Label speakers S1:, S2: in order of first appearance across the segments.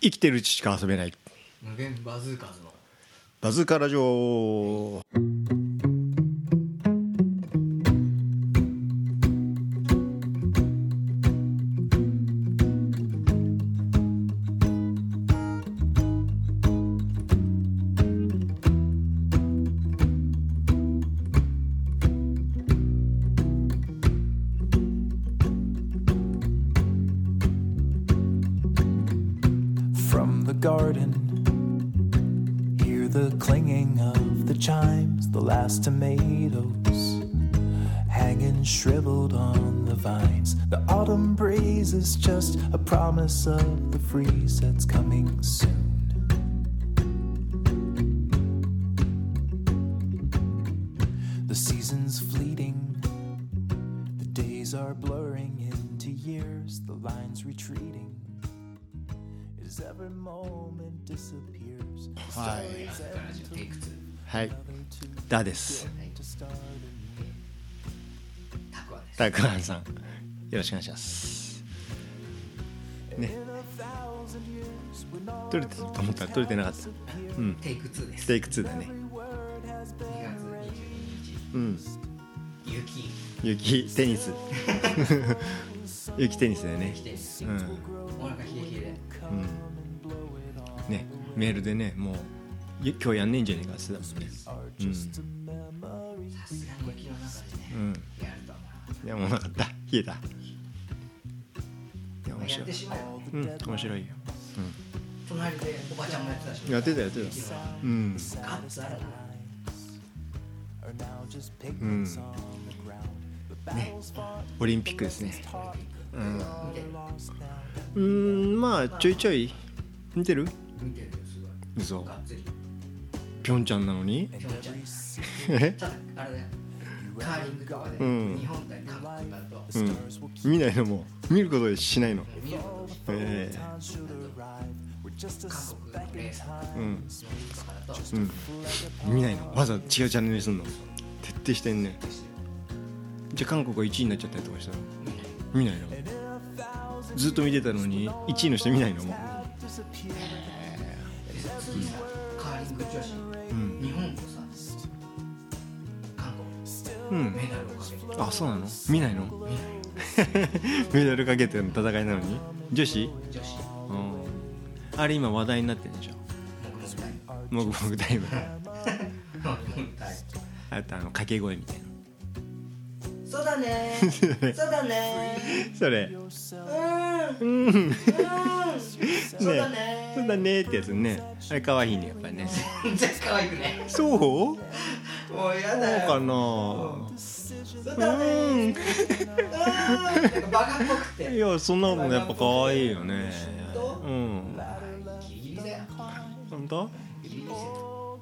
S1: 生きてるうちしか遊べない
S2: 無限バズーカーズの
S1: バズーカラジオ
S3: from the garden. Hear the clanging of the chimes, the last tomatoes hanging shriveled on the vines. The autumn breeze is just a promise of the freeze that's coming soon. The season's fleeting, the days are blurring into years, the lines retreating. As every moment disappears,
S1: はい
S2: バズーカーラジオテイク2
S1: はいダです
S2: タクワです
S1: たくあんさんよろしくお願いしますね撮れてると思ったら撮れてなかったうん
S2: テイク2です
S1: テ
S2: 2
S1: イク2だね
S2: 月22日
S1: うん
S2: 雪
S1: 雪テニス 雪テニスだよね
S2: 来てです
S1: うん、
S2: お腹冷え冷えで
S1: うん、ねメールでねもうゆ今日やんねえんじゃねえかって言ってたもんねうんう
S2: さすがに雪の中でねやるとは思わなかっ
S1: んいやもうなかった冷えたいや面
S2: たやっ
S1: 白
S2: て
S1: い
S2: しまえばね
S1: うん面白いよ
S2: 隣でおばちゃんもやってたし
S1: やってたやってた
S2: 雪の中
S1: うん
S2: ガッツあるな
S3: are now just pigments on the ground. The battles fought
S1: オリンピックですね
S3: taught
S2: 見てる
S3: lost now.
S1: うーんまあちょいちょい見てる
S2: 見てるよすごい
S1: 嘘
S2: がっつり
S1: ピョンチャンなのに
S2: ピョンちゃん
S1: え
S2: ただあれだよカーリング側で
S1: うん
S2: 日本対韓国だと、
S1: う
S2: も
S1: ん見ないのもう見ることしないの
S2: う見ることし
S1: ええ
S3: Time should arrive. We're just a
S2: 韓国の
S3: speck
S2: レー
S3: in
S2: ス
S3: time.
S1: うん
S2: の人とかだと、
S1: うん見ないのわざわざ違うチャンネルにすんの徹底してんねじゃあ韓国が1位になっちゃったりとかしたの
S2: 見ない
S1: 見ないのずっと見てたのに1位の人見ないのもう
S2: 普通にさカーリング女子、
S1: ん
S2: 日本とさ韓
S1: う
S2: 国
S1: ん
S2: メダルをかけて
S1: あそうなの見ないの メダルかけての戦いなのに女子
S2: 女子
S1: うんあれ今話題になってるでしょも
S2: 僕も大
S1: ぐもぐタイム
S2: 僕も大
S1: あとあの掛け声みたいな
S2: そうだねーそうだね
S1: それ
S2: ーうーん
S1: うん
S2: そうだね
S1: そうだねってやつねあれ可愛いねやっぱりね
S2: めっちゃ可愛くね
S1: そうそう
S2: もうやだ
S1: か
S2: よ
S1: な
S2: そうだねーなんかバカっぽく
S1: うんい
S2: て
S1: やそんなもんやっぱ可愛いよねうん
S2: ギリギリだよ
S1: 本当
S2: ギリギリだよ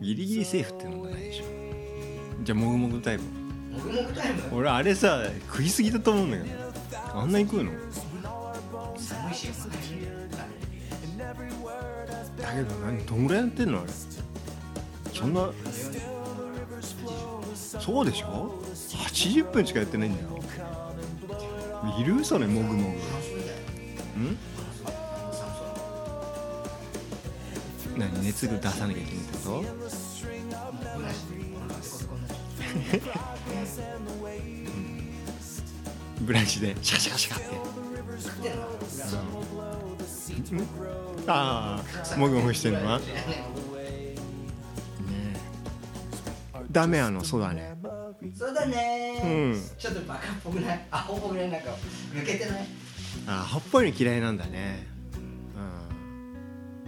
S1: ギリギリセーフってのがないでしょじゃあもぐもぐタイム
S2: もぐもぐタイム
S1: 俺あれさ食いすぎだと思うんだけどあんなに食うの
S2: 寒いしお腹冷えるからね
S1: だけど何どんぐらいやってんのあれそんなそうでしょ80分しかやってないんだよいるそれもぐもぐ
S2: 半袖だよ
S1: ん
S2: 寒そう
S1: 何熱ぐ出さなきゃいけないってこ
S2: ブラシで
S1: とブラシで
S2: お腹ペコペコになっちゃう
S1: シャカシャカシャカって
S2: 食ってんのブラシ
S1: ああもぐもぐしてんのはねえダメあのそうだね
S2: そうだね
S1: う
S2: ー、
S1: ん
S2: ちょっとバカっぽくないアホっぽくないなんか抜けてない
S1: ああ葉っぱいの嫌いなんだねう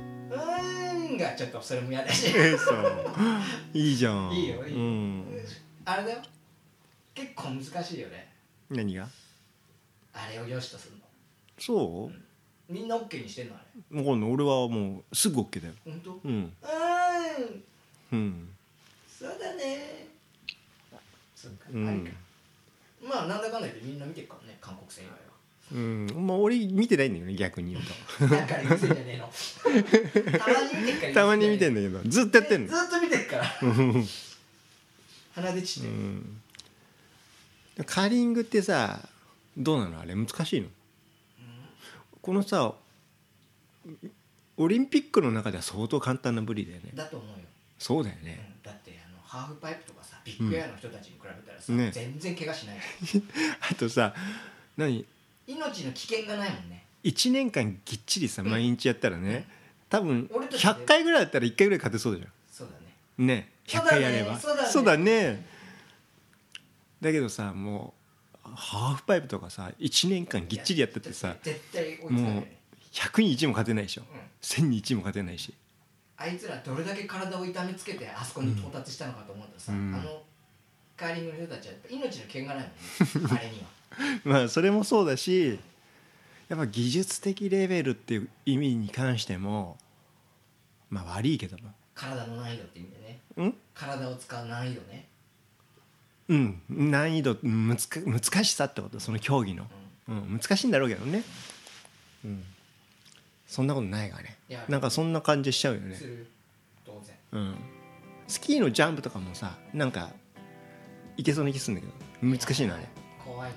S1: ん
S2: うーんがちょっとそれも嫌だ し
S1: えそういいじゃん
S2: いいよいいよ
S1: うん、
S2: あれだよ結構難しいよね
S1: 何が
S2: あれを良しとするの
S1: そ
S2: みんな OK にしてんのあれ
S1: う分かんない俺はもうすぐ OK だよ
S2: ほんとう
S1: うん
S2: ーん
S1: うん
S2: そうだねーそうか、
S1: うん
S2: あれかまあなんだかんだ言ってみんな見てるからね韓国戦以外
S1: うんまあ俺見てないんだよね逆に言う
S2: はだから言ってんじゃ ねえのたまに見てるから
S1: とたまに見て
S2: る
S1: んだけどずっとやってんの
S2: ずっと見てるから鼻でちっ
S1: う
S2: てる
S1: んカーリングってさどうなのあれ難しいのこのさオリンピックの中では相当簡単なブリだよね
S2: だと思うよ、
S1: そうだよ
S2: う
S1: ね
S2: んだってあのハーフパイプとかさビッグエアの人たちに比べたらさ、
S1: ね
S2: 全然怪我しないじ
S1: あとさ何
S2: ゃん命の危険がないもんね
S1: 1年間ぎっちりさ
S2: ん
S1: 毎日やったらね多分
S2: 俺たち
S1: 100回ぐらいだったら1回ぐらい勝てそうじゃ
S2: そうだね
S1: んね100回やれば
S2: そうだね
S1: そ
S2: そうう
S1: だ
S2: だ
S1: ねだけどさもうハーフパイプとかさ1年間ぎっちりやっててさ
S2: 絶対追いつかない
S1: も
S2: よ
S1: う
S2: ね
S1: 100に1も勝てないでしょ
S2: うん
S1: 1000に1も勝てないし
S2: あいつらどれだけ体を痛めつけてあそこに到達したのかと思うとさ、
S1: うん
S2: あのカーリングの人たちはやっぱ命の危険 がないもんねあれには
S1: まあそれもそうだしやっぱ技術的レベルっていう意味に関してもまあ悪いけど
S2: 体の難易度って意味でね
S1: もん
S2: 体を使う難易度ね、
S1: うん難易度むつか難しさってことその競技の、うん、難しいんだろうけどね、うん、そんなことないがね
S2: いや
S1: なんかそんな感じしちゃうよ
S2: うん、
S1: ね
S2: す、る当然
S1: うん、スキーのジャンプとかもさなんかいけそうな気するんだけど難しいなあれ
S2: 怖いな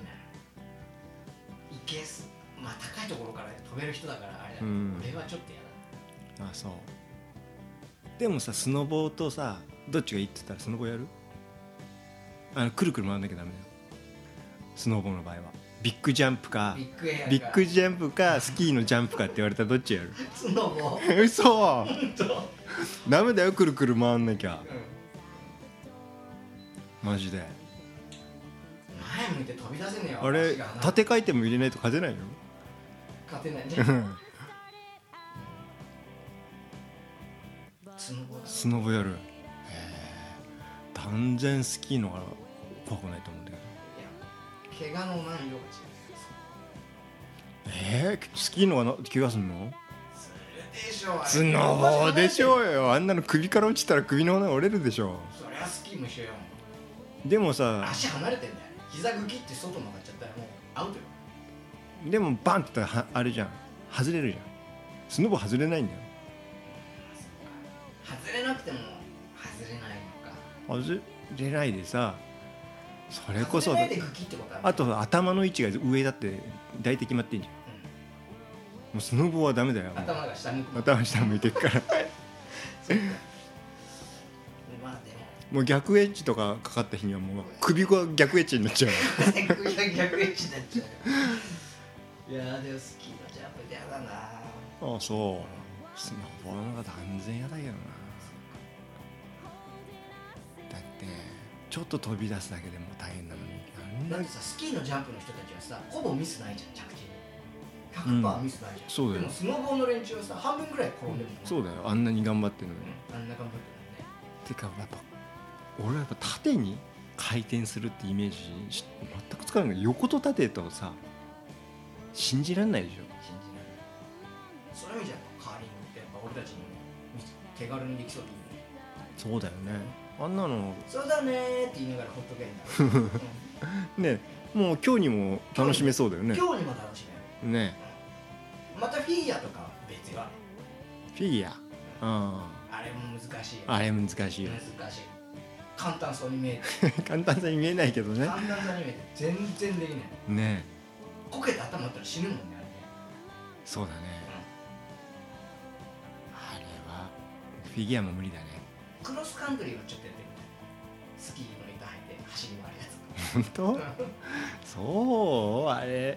S2: いけすまあ高いところから飛べる人だからあれだけど、
S1: うん
S2: 俺はちょっとやだ
S1: あそうでもさスノボーとさどっちがいいって言ったらスノボやるあのくるくる回んなきゃダメだよスノボの場合はビッグジャンプか
S2: ビッグエアか
S1: ビッグジャンプかスキーのジャンプかって言われたらどっちやる
S2: スノボー
S1: 嘘
S2: と、うん、
S1: ダメだよくるくる回んなきゃマジで
S2: 前向いて飛び出せねえよ
S1: あれ
S2: 足がな
S1: 縦回転も入れないと勝てないよ
S2: 勝てないねスノボーだ
S1: スノボやるへえ断然スキーの方が怖くないと思うんだけど
S2: いや怪我の難易度が違う
S1: えー、スキーの方がな怪我すんの
S2: するでしょあれ
S1: スノボーでしょうよあんなの首から落ちたら首の骨折れるでしょ
S2: そりゃスキーも一緒よ
S1: でもさ
S2: 足離れてんだよ膝ぐきって外曲がっちゃったらもうアウトよ
S1: でもバンって言ったらはあれじゃん外れるじゃんスノボ外れないんだよ
S2: 外れなくても外れないのか
S1: 外れないでさそれこそ
S2: 外れないでグキってことある
S1: あと頭の位置が上だって大体決まってんじゃんもうスノボーはダメだよ
S2: うん頭が下向く
S1: 頭下向いてるから
S2: まあでも
S1: もう逆エッジとかかかった日にはもう首が逆エッジになっち ゃう
S2: 逆に逆エッチになっちゃ ういやーでもスキーのジャンプ嫌だな
S1: ああそうスノボの方が断然嫌だけどなだってちょっと飛び出すだけでも大変なのに
S2: だ
S1: あん
S2: って
S1: な
S2: さスキーのジャンプの人たちはさほぼミスないじゃん着地に
S1: う
S2: 100%
S1: ん
S2: ミスないじゃん、
S1: そうだよ
S2: でもスノボーの連中はさ半分ぐらい転んでるもんね
S1: そうだよあんなに頑張ってるのに
S2: うんあんな頑張ってるね
S1: てかやっぱ俺はやっぱ縦に回転するってイメージし全くつかないけど横と縦とさ信じられないでしょ
S2: 信じられないそういう意味じゃやっぱカーリングってやっぱ俺たちにも手軽にできそうでいいね
S1: そうだよねあんなの
S2: そうだねーって言いながらほっとけば いいんだ、
S1: ねもう今日にも楽しめそうだよ
S2: うん、
S1: ね
S2: 今日にも楽しめる
S1: ね
S2: またフィギュアとかは別よ
S1: フィギュアうん
S2: あれも難しいよ
S1: あれ難しいよ
S2: 難しい簡単そうに見え
S1: 簡単さに見えないけど
S2: て
S1: ね
S2: 簡単そうに見えて全然できない
S1: ね
S2: こけて頭打ったら死ぬもんねあれね
S1: そうだねあれはフィギュアも無理だね
S2: クロスカントリーはちょっとやってみたいスキーの板履いて走り 回るや
S1: 本当そうあれ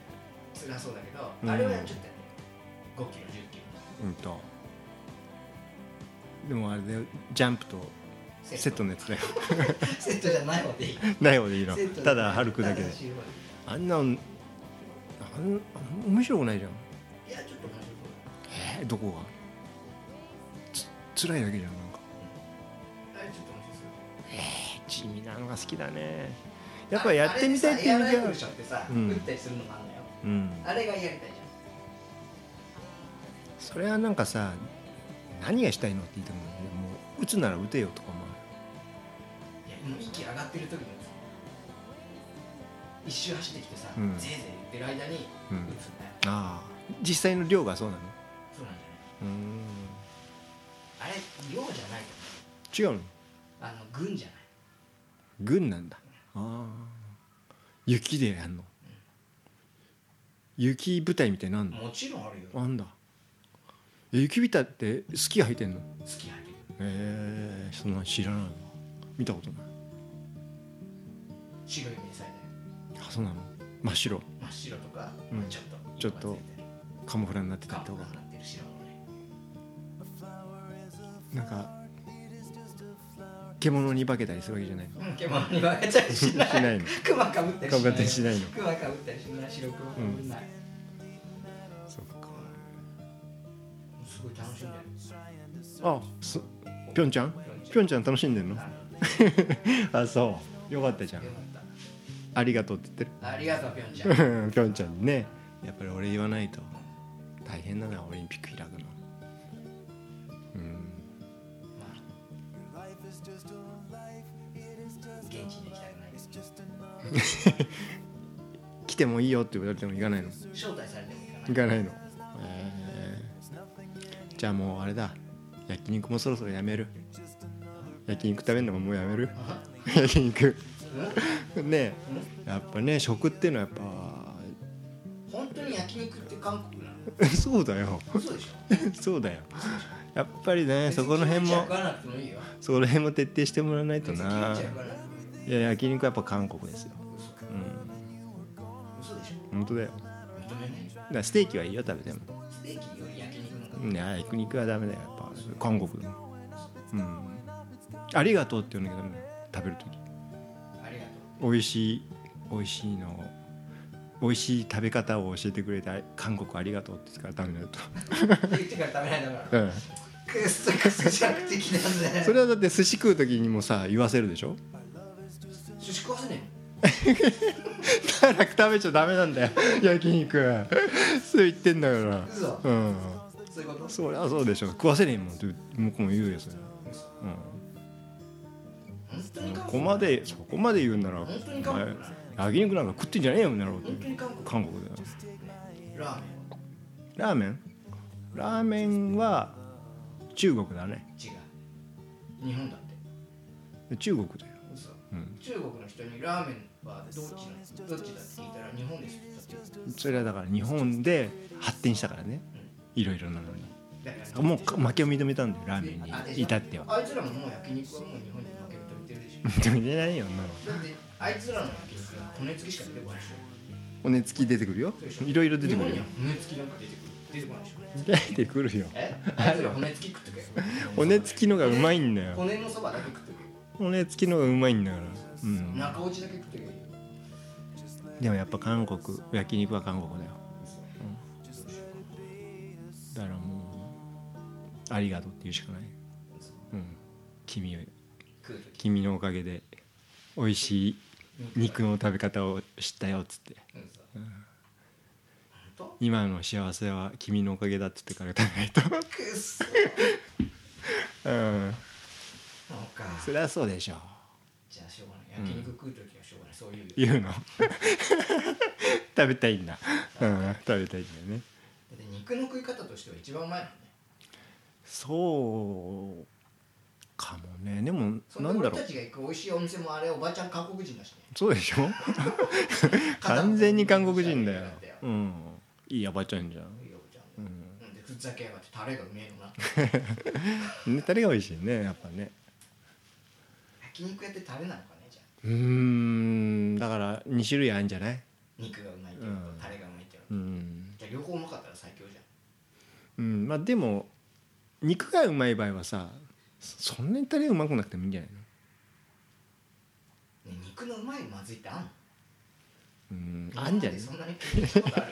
S2: つ辛そうだけど、
S1: うん
S2: あれはちょっとやってみたい5キロ10キロ
S1: うんとでもあれだよジャンプとセットのやつだよ
S2: セットじゃない方でいい
S1: ない方でいいの
S2: セット
S1: ただ歩くだけで
S2: た走る方で
S1: あんなのあんあん面白くないじゃん
S2: いいいやちょっと面白い
S1: えーどこがつ辛いだけじゃんなんか
S2: あれちょっと面白そう
S1: 地味なのが好きだねやっぱやってみたいって
S2: あ
S1: いう意味で
S2: れさエアライフ
S1: は
S2: ルショーってさ、
S1: うん
S2: 打ったりするのもあんのよ
S1: うん
S2: あれがやりたいじゃん
S1: それはなんかさ何がしたいのって言ってもねもう打つなら打てよとかも
S2: いやもう息上がってる時に一周走ってきてさ、
S1: うん
S2: ぜいぜい言ってる間に
S1: うん
S2: 打つんだよ、
S1: ああ実際の量がそうなの
S2: そうなんじ
S1: うーん
S2: ゃないあれ量じゃないと
S1: 違うの
S2: 思うあの軍じゃない
S1: 軍なんだああ雪でやんの雪舞台みたいなのあんの
S2: もちろんあるよ
S1: あんだえ雪びたってスキー履いてんの
S2: 好きやけど
S1: えー、そんなん知らないわ見たことない
S2: 白い迷彩だよ
S1: あそうなの真っ白
S2: 真っ白とか、
S1: うん
S2: ちょっと
S1: ちょっと
S2: 色がついてる
S1: カモフラになってた
S2: カ
S1: りと
S2: ーブ
S1: か
S2: がなってる白のね
S1: なんか獣に化けたりするわけじゃないの
S2: うん獣に分けたりしない
S1: しないの
S2: クマかぶったり
S1: かぶったりしないの
S2: クマかぶったりしない白クマかぶんない、
S1: そっか
S2: すごい楽しんでる
S1: あそぴょんちゃんぴょんちゃん楽しんでんの
S2: あ
S1: あそうよかったじゃん
S2: よかっ
S1: ありがとうって言ってる
S2: たありがとうぴょんちゃん
S1: うんぴょんちゃんにねやっぱり俺言わないと大変だなオリンピック開くのうん
S2: まあ、現地に行きたくないです
S1: 来てもいいよって言われても行かないの
S2: 招待されても行か
S1: 行かな
S2: ない
S1: いのえーじゃあもうあれだ焼肉もそろそろやめる焼肉食べるのももうやめる 焼肉ねえやっぱね食っていうのはやっ
S2: 本当に焼肉って韓国なの
S1: ぱ そうだよ
S2: 嘘でしょ
S1: そうだよやっぱりねそこの辺
S2: 別に
S1: も
S2: 気持ちは食わなくてもいいよ
S1: そこら辺も徹底してもらわないと
S2: 別に気持ちは
S1: な
S2: 食わなくてもいい
S1: いや焼肉はやっぱ韓国ですようん
S2: 嘘嘘でし
S1: 本当だよ
S2: ょ認めない
S1: だからステーキはいいよ食べても
S2: ステーキより焼肉の方が
S1: うんいや焼肉はダメだよやっぱ韓国のうんありがとうって言うんだけど食べる時
S2: ありがと
S1: 美味しい美味しいのを美味しい食べ方を教えてくれて韓国ありがとうって言ってからダメだよと、
S2: う言ってから食べないんだから
S1: うん、
S2: クッソクソ弱的なんだ
S1: そ
S2: よ
S1: れはだって寿司食う時にもさ言わせるでしょ
S2: 寿司食わせね
S1: 辛く食べちゃダメなんだよ 焼肉そう言ってんだか
S2: え嘘
S1: らうん
S2: そういうこと
S1: そりゃそうでしょ食わせねえもんって向こうも言うよそれ、う
S2: 本当に
S1: ん、そ
S2: 韓
S1: こ
S2: 国
S1: までそこまで言うんならお
S2: 本当に韓
S1: 前
S2: 国なの
S1: 焼肉なんか食ってんじゃねえよなろうって
S2: 本当に韓国
S1: 韓国だよ
S2: ラ
S1: ラー
S2: ーメ
S1: メンラーメンは中国だね
S2: ン違う日本だって
S1: 中国だよ
S2: 嘘
S1: うん
S2: 中国の人にラーメンはどっちのどっちだって聞いたら日本ですって言ったって
S1: それはだから日本で発展したからねいろいろなのに
S2: だから
S1: もう負けを認めたんだよラーメン
S2: あで
S1: に
S2: しょ
S1: 至っては
S2: あいつらももう焼肉はもう日本に負けると言ってるでしょ
S1: 認めてないよなの
S2: だってあいつらの焼肉は骨付きしか出てこないでし
S1: 骨付き出てくるよ
S2: ょ
S1: いろいろ出てくる
S2: 日本に
S1: よ
S2: は骨付きなんか出てくる出てこないでしょ
S1: 出てくるよ
S2: えあいつら骨付き食ってけ
S1: 骨付きのがうまいんだよ
S2: 骨のそばだけ食ってけ
S1: 骨付きのがうまいんだからうん
S2: 中落ちだけ食ってけ
S1: でもやっぱ韓国焼肉は韓国だよ、うん、だからもうありがとうって言うしかない、うん、君を
S2: 食う時
S1: 君のおかげで美味しい肉の食べ方を知ったよっつって
S2: うんさ本当
S1: 今の幸せは君のおかげだっつってから食べないと
S2: くっそ
S1: うん
S2: なんか
S1: そりゃそうでしょ
S2: じゃあしょうがない焼肉食う時はしょうがないそういう
S1: 言うの食べたいんだ、うん、食べたいんだよね
S2: だって肉の食い方としては一番うまいもんね
S1: そうかもねでも
S2: そ
S1: なんだろ
S2: 俺
S1: う
S2: たちが行く美味しいお店もあれおばちゃん韓国人だしね
S1: そうでしょ 完全に韓国人だよ、うん、いいおばちゃんじゃん
S2: いいおばちゃ
S1: うんん
S2: うんでふざけやがってタレがうめえのな
S1: ねタレが美味しいねやっぱね
S2: 焼肉やってタレなのかねじゃあ
S1: うーんだから2種類あるんじゃない
S2: 肉がうまいっていうの
S1: うん
S2: とタレがうまいっていうのと
S1: うん、
S2: じゃあ両方うまかったら最強じゃん
S1: うん、まあでも肉がうまい場合はさそそんなにタレうまくなくてもいいんじゃないの
S2: ね肉のうまいまずいってあんの
S1: うんあんじゃ
S2: 今まで
S1: ね
S2: そんなに気にしたことあ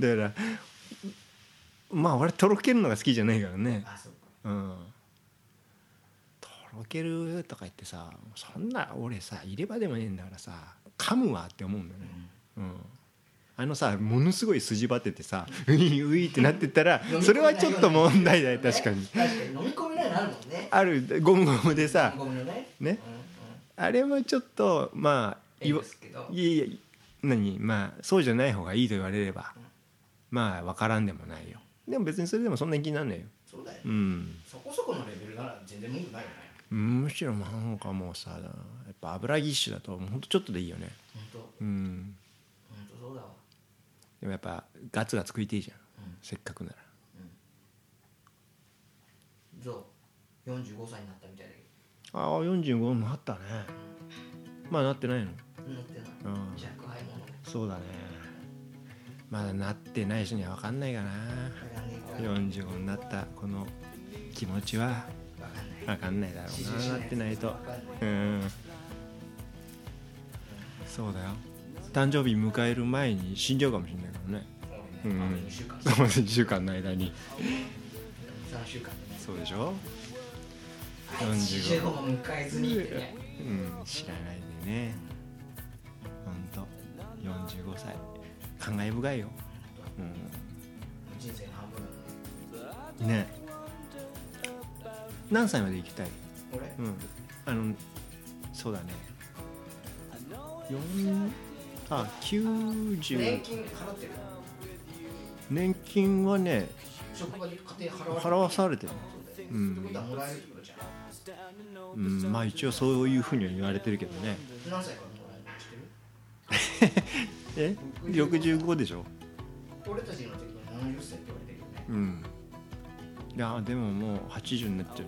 S2: る
S1: だからまあ俺とろけるのが好きじゃないからね
S2: あそうか
S1: うんとろけるとか言ってさそんな俺さ入れ歯でもねえんだからさ噛むわって思うんだよね、うん、あのさものすごい筋張っててさういういってなってたら
S2: 飲み込めないような
S1: それはちょっと問題だよ確かに
S2: 確かに飲み込めないのあるもんね
S1: あるゴムゴムでさ
S2: ごめんね
S1: ね
S2: うんうん
S1: あれはちょっとまあ
S2: いい
S1: いわ
S2: ですけど
S1: いやいや何まあそうじゃない方がいいと言われればまあ分からんでもないよでも別にそれでもそんなに気になんないよ
S2: そうだよ
S1: うん
S2: そこそこのレベルなら全然文句ないよね
S1: むしろなんかもうさやっぱ油ぎっしゅだとほんとちょっとでいいよね
S2: ほんとほ
S1: うん
S2: んとそうだわ
S1: でもやっぱガツガツ食いていいじゃん
S2: うん
S1: せっかくなら
S2: うんぞ45歳になったみたいだけ
S1: ああ45になったねまあなってないの
S2: どなってない
S1: うん
S2: 若輩者
S1: そうだねまだなってない人には分かんないかな
S2: わかんねえか
S1: 45になったこの気持ちは
S2: わかんない
S1: 分かんないだろうななってないと
S2: わかんない
S1: うんそうだよ誕生日迎える前に死んじゃうかもしれないからねう
S2: 俺ね
S1: ん
S2: あと2週間3
S1: 1週間の間に
S2: 週間でね
S1: そうでしょ
S2: あいつ
S1: 45
S2: 45も迎えずにってね
S1: うん知らないでねほんと45歳感慨深いよ、
S2: 人生の半分だ
S1: う
S2: もんね
S1: ん、ね何歳まで生きたい
S2: 俺
S1: うんあのそうだね4あ
S2: 年
S1: 90
S2: 金払ってる
S1: 年金はね
S2: 職場で家庭払われて
S1: 払
S2: る
S1: わされてる
S2: そうだよ
S1: うん
S2: ってことはもらえるってことじゃん
S1: うん、まあ一応そういうふうには言われてるけどね
S2: 何歳からもらえるの知って
S1: え
S2: る
S1: 65でしょ
S2: 俺たちの時に70歳って言われてるよね
S1: うんいやでももう80になっちゃう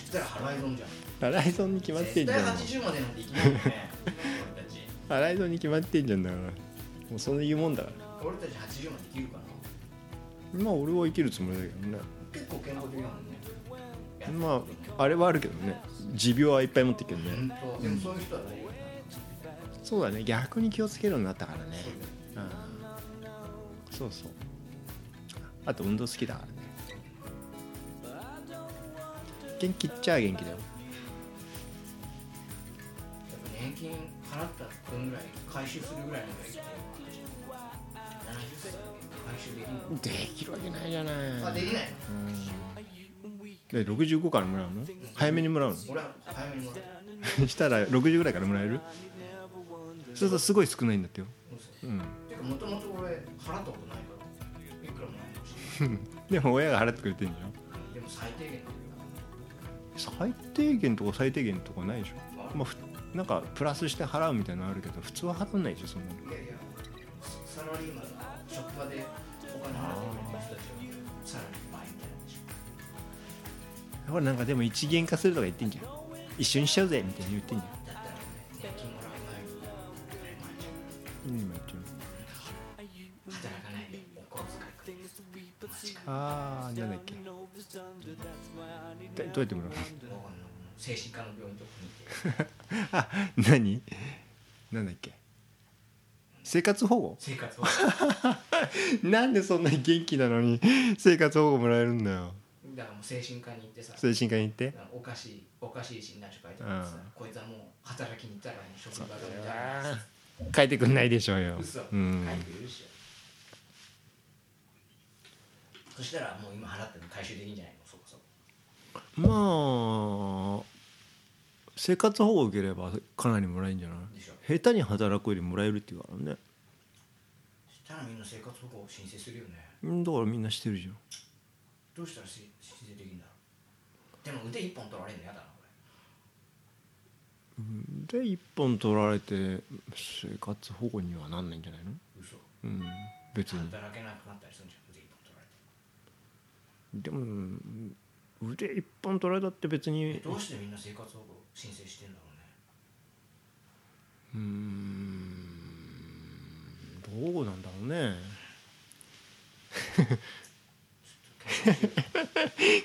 S2: そしたら払い損じゃん
S1: アライゾンに決まってん
S2: 絶
S1: じゃ
S2: 対
S1: ん
S2: 80までなんて生きないよね俺たち
S1: アライゾンに決まってんじゃんだからもうそういうもんだか
S2: 俺たち80まで生きるかな
S1: らまあ俺は生きるつもりだけどね
S2: 結構健康的だもんね
S1: まああれはあるけどね持病はいっぱい持ってるけどね
S2: 本当でもそういう人は多いよな
S1: そうだね逆に気をつけるようになったからね
S2: そうだよ
S1: うんそうそうあと運動好きだからね元気っちゃ元気だよ
S2: やっぱ年金払った分ぐらい回収するぐらいのが生きてるから70歳で回収できるの
S1: できるわけないじゃない
S2: あできない
S1: で65からもらうの早めにもらうの
S2: 俺は早めにもら う
S1: したら60ぐらいからもらえるそうするとすごい少ないんだってよ、うん、
S2: てかもともと俺払ったことないからいくらもらえるかもしれ
S1: でも親が払ってくれてんじゃん
S2: ないでも最低限だ
S1: 最低限とか最低限とかないでし
S2: けど
S1: ょ、まあふ、なんかプラスして払うみたいなのあるけど普通は払わないでしょそんなの
S2: いやいやサラリーマンが職場でお金払ってくれてる人たちはさらに倍みたいなんでしょ
S1: ほらなんかでも一元化するとか言ってんじゃん一緒にしちゃうぜみたいに言ってんじゃん
S2: だったらね年金もらえないよ当たり前じゃん
S1: 今言ってる
S2: 働かないでお小遣いくれるマジか
S1: ああなんだっけでどうやってもらうの
S2: もうあの精神科の病院とかに行って
S1: あ 何なんだっけ生活保護
S2: 生活を
S1: なんでそんなに元気なのに生活保護もらえるんだよ
S2: だからもう精神科に行ってさ
S1: 精神科に行って
S2: おかしいおかしい診断書書いてあってさ、
S1: うん
S2: こいつはもう働きに行ったらもう職場がみたいな
S1: あー書いてくんないでしょうよ
S2: 嘘、
S1: うん
S2: 書いてるでしょそしたらもう今払ってるの回収できんじゃないのそこそこ
S1: まあ生活保護を受ければかなりもらえるんじゃない
S2: でしょ
S1: 下手に働くよりもらえるっていうからね
S2: そしたらみんな生活保護を申請するよね
S1: うんだからみんなしてるじゃん
S2: どうしたらし申請できるんだろうでも腕一本取られるの嫌だなこれ
S1: で一本取られて生活保護にはなんないんじゃないの
S2: 嘘
S1: うん別に
S2: 働けなくなったりするんじゃん腕一本取られて
S1: でもうん腕一本取られたって別に
S2: どうしてみんな生活保護を申請してんだろうね
S1: うーんどうなんだろうね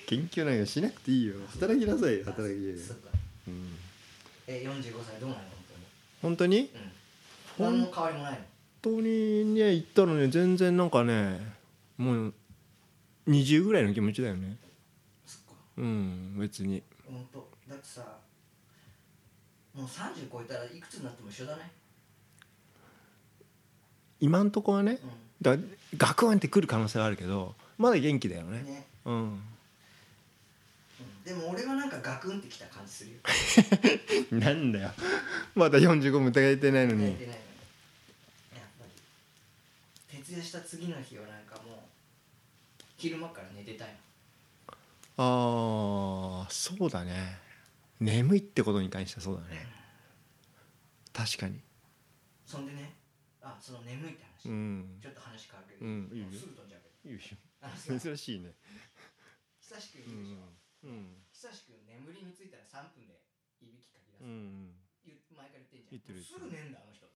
S1: 研究なんかしなくていいよ働きなさいよ働き
S2: そうか
S1: うん
S2: え45歳どうなの本
S1: 本当
S2: 当に
S1: に
S2: うん
S1: ほん
S2: 何の変わりもないの
S1: 本当にね行ったのね全然なんかねもう20ぐらいの気持ちだよね
S2: そっか
S1: うん別に
S2: 本当だってさもう30超えたらいくつになっても一緒だね
S1: 今んとこはね
S2: う
S1: だガクンって来る可能性はあるけどまだ元気だよ
S2: ん
S1: ね
S2: ね、
S1: うん
S2: うん、でも俺はなんかガクンってきた感じするよ
S1: なんだよまだ45も迎えてないのに
S2: やってないのにやっぱり徹夜した次の日はなんかもう昼間から寝てたい
S1: ああそうだね眠いってことに関してはそうだね確かに
S2: そんでねあその眠いって話、
S1: うん
S2: ちょっと話変わるけど、
S1: うんいいよ
S2: もうすぐ飛んじゃうけ
S1: よ
S2: ど
S1: いし
S2: あのさ
S1: ょ珍しいね
S2: 久しく
S1: う
S2: 言うでしょ、
S1: んうん
S2: 久しく眠りについたら3分でいびきかき出す、
S1: うん
S2: 言う前から言ってん
S1: 言
S2: じゃん
S1: ってる
S2: すぐ寝んだあの人